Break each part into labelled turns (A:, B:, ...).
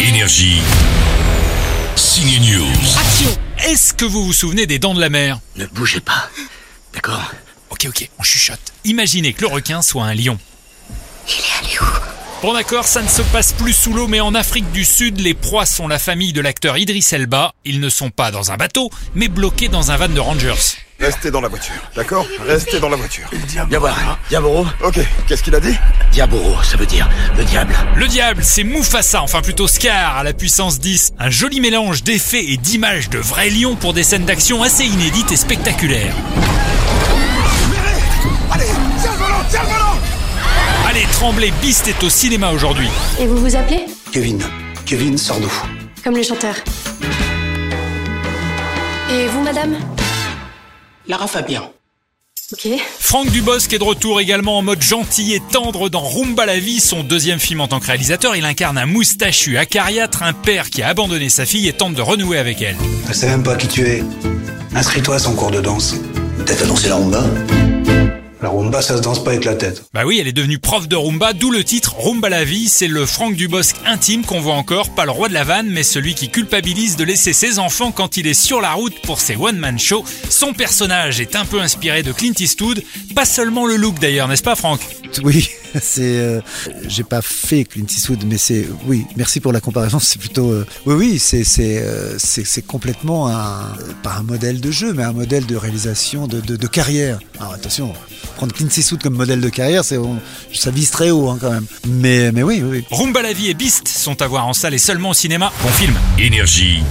A: Énergie. Signe News.
B: Est-ce que vous vous souvenez des dents de la mer
C: Ne bougez pas. D'accord
B: Ok, ok, on chuchote. Imaginez que le requin soit un lion. Bon d'accord, ça ne se passe plus sous l'eau, mais en Afrique du Sud, les proies sont la famille de l'acteur Idris Elba. Ils ne sont pas dans un bateau, mais bloqués dans un van de Rangers.
D: Restez dans la voiture, d'accord Restez dans la voiture.
C: Viens voir. Diaboro
D: Ok, qu'est-ce qu'il a dit
C: Diaboro, ça veut dire le diable.
B: Le diable, c'est Mufasa, enfin plutôt Scar, à la puissance 10. Un joli mélange d'effets et d'images de vrais lions pour des scènes d'action assez inédites et spectaculaires.
D: Allez, tiens le volant, tiens le volant
B: Allez, Tremblay Beast est au cinéma aujourd'hui.
E: Et vous vous appelez
C: Kevin. Kevin, Sardou.
E: Comme le chanteur. Et vous, madame
F: Lara Fabian.
E: Ok.
B: Franck Dubosc est de retour également en mode gentil et tendre dans Rumba la vie, son deuxième film en tant que réalisateur. Il incarne un moustachu acariâtre, un père qui a abandonné sa fille et tente de renouer avec elle.
G: Je sais même pas qui tu es. Inscris-toi à son cours de danse.
C: Peut-être annoncer la rumba
G: La rumba, ça se danse pas avec la tête.
B: Bah oui, elle est devenue prof de rumba, d'où le titre Rumba la vie. C'est le Franck Dubosc intime qu'on voit encore, pas le roi de la vanne, mais celui qui culpabilise de laisser ses enfants quand il est sur la route pour ses one-man shows. Son personnage est un peu inspiré de Clint Eastwood, pas seulement le look d'ailleurs, n'est-ce pas Franck
H: Oui, c'est. euh, J'ai pas fait Clint Eastwood, mais c'est. Oui, merci pour la comparaison. C'est plutôt. euh, oui, oui, c'est c'est euh, c'est c'est complètement un euh, pas un modèle de jeu, mais un modèle de réalisation de, de, de carrière. Alors attention, prendre Clint Eastwood comme modèle de carrière, c'est on- ça vise très haut hein, quand même. Mais mais oui, oui.
B: Rumba la vie et Beast sont à voir en salle et seulement au cinéma. Bon film
A: Énergie.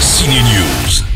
A: Signe News.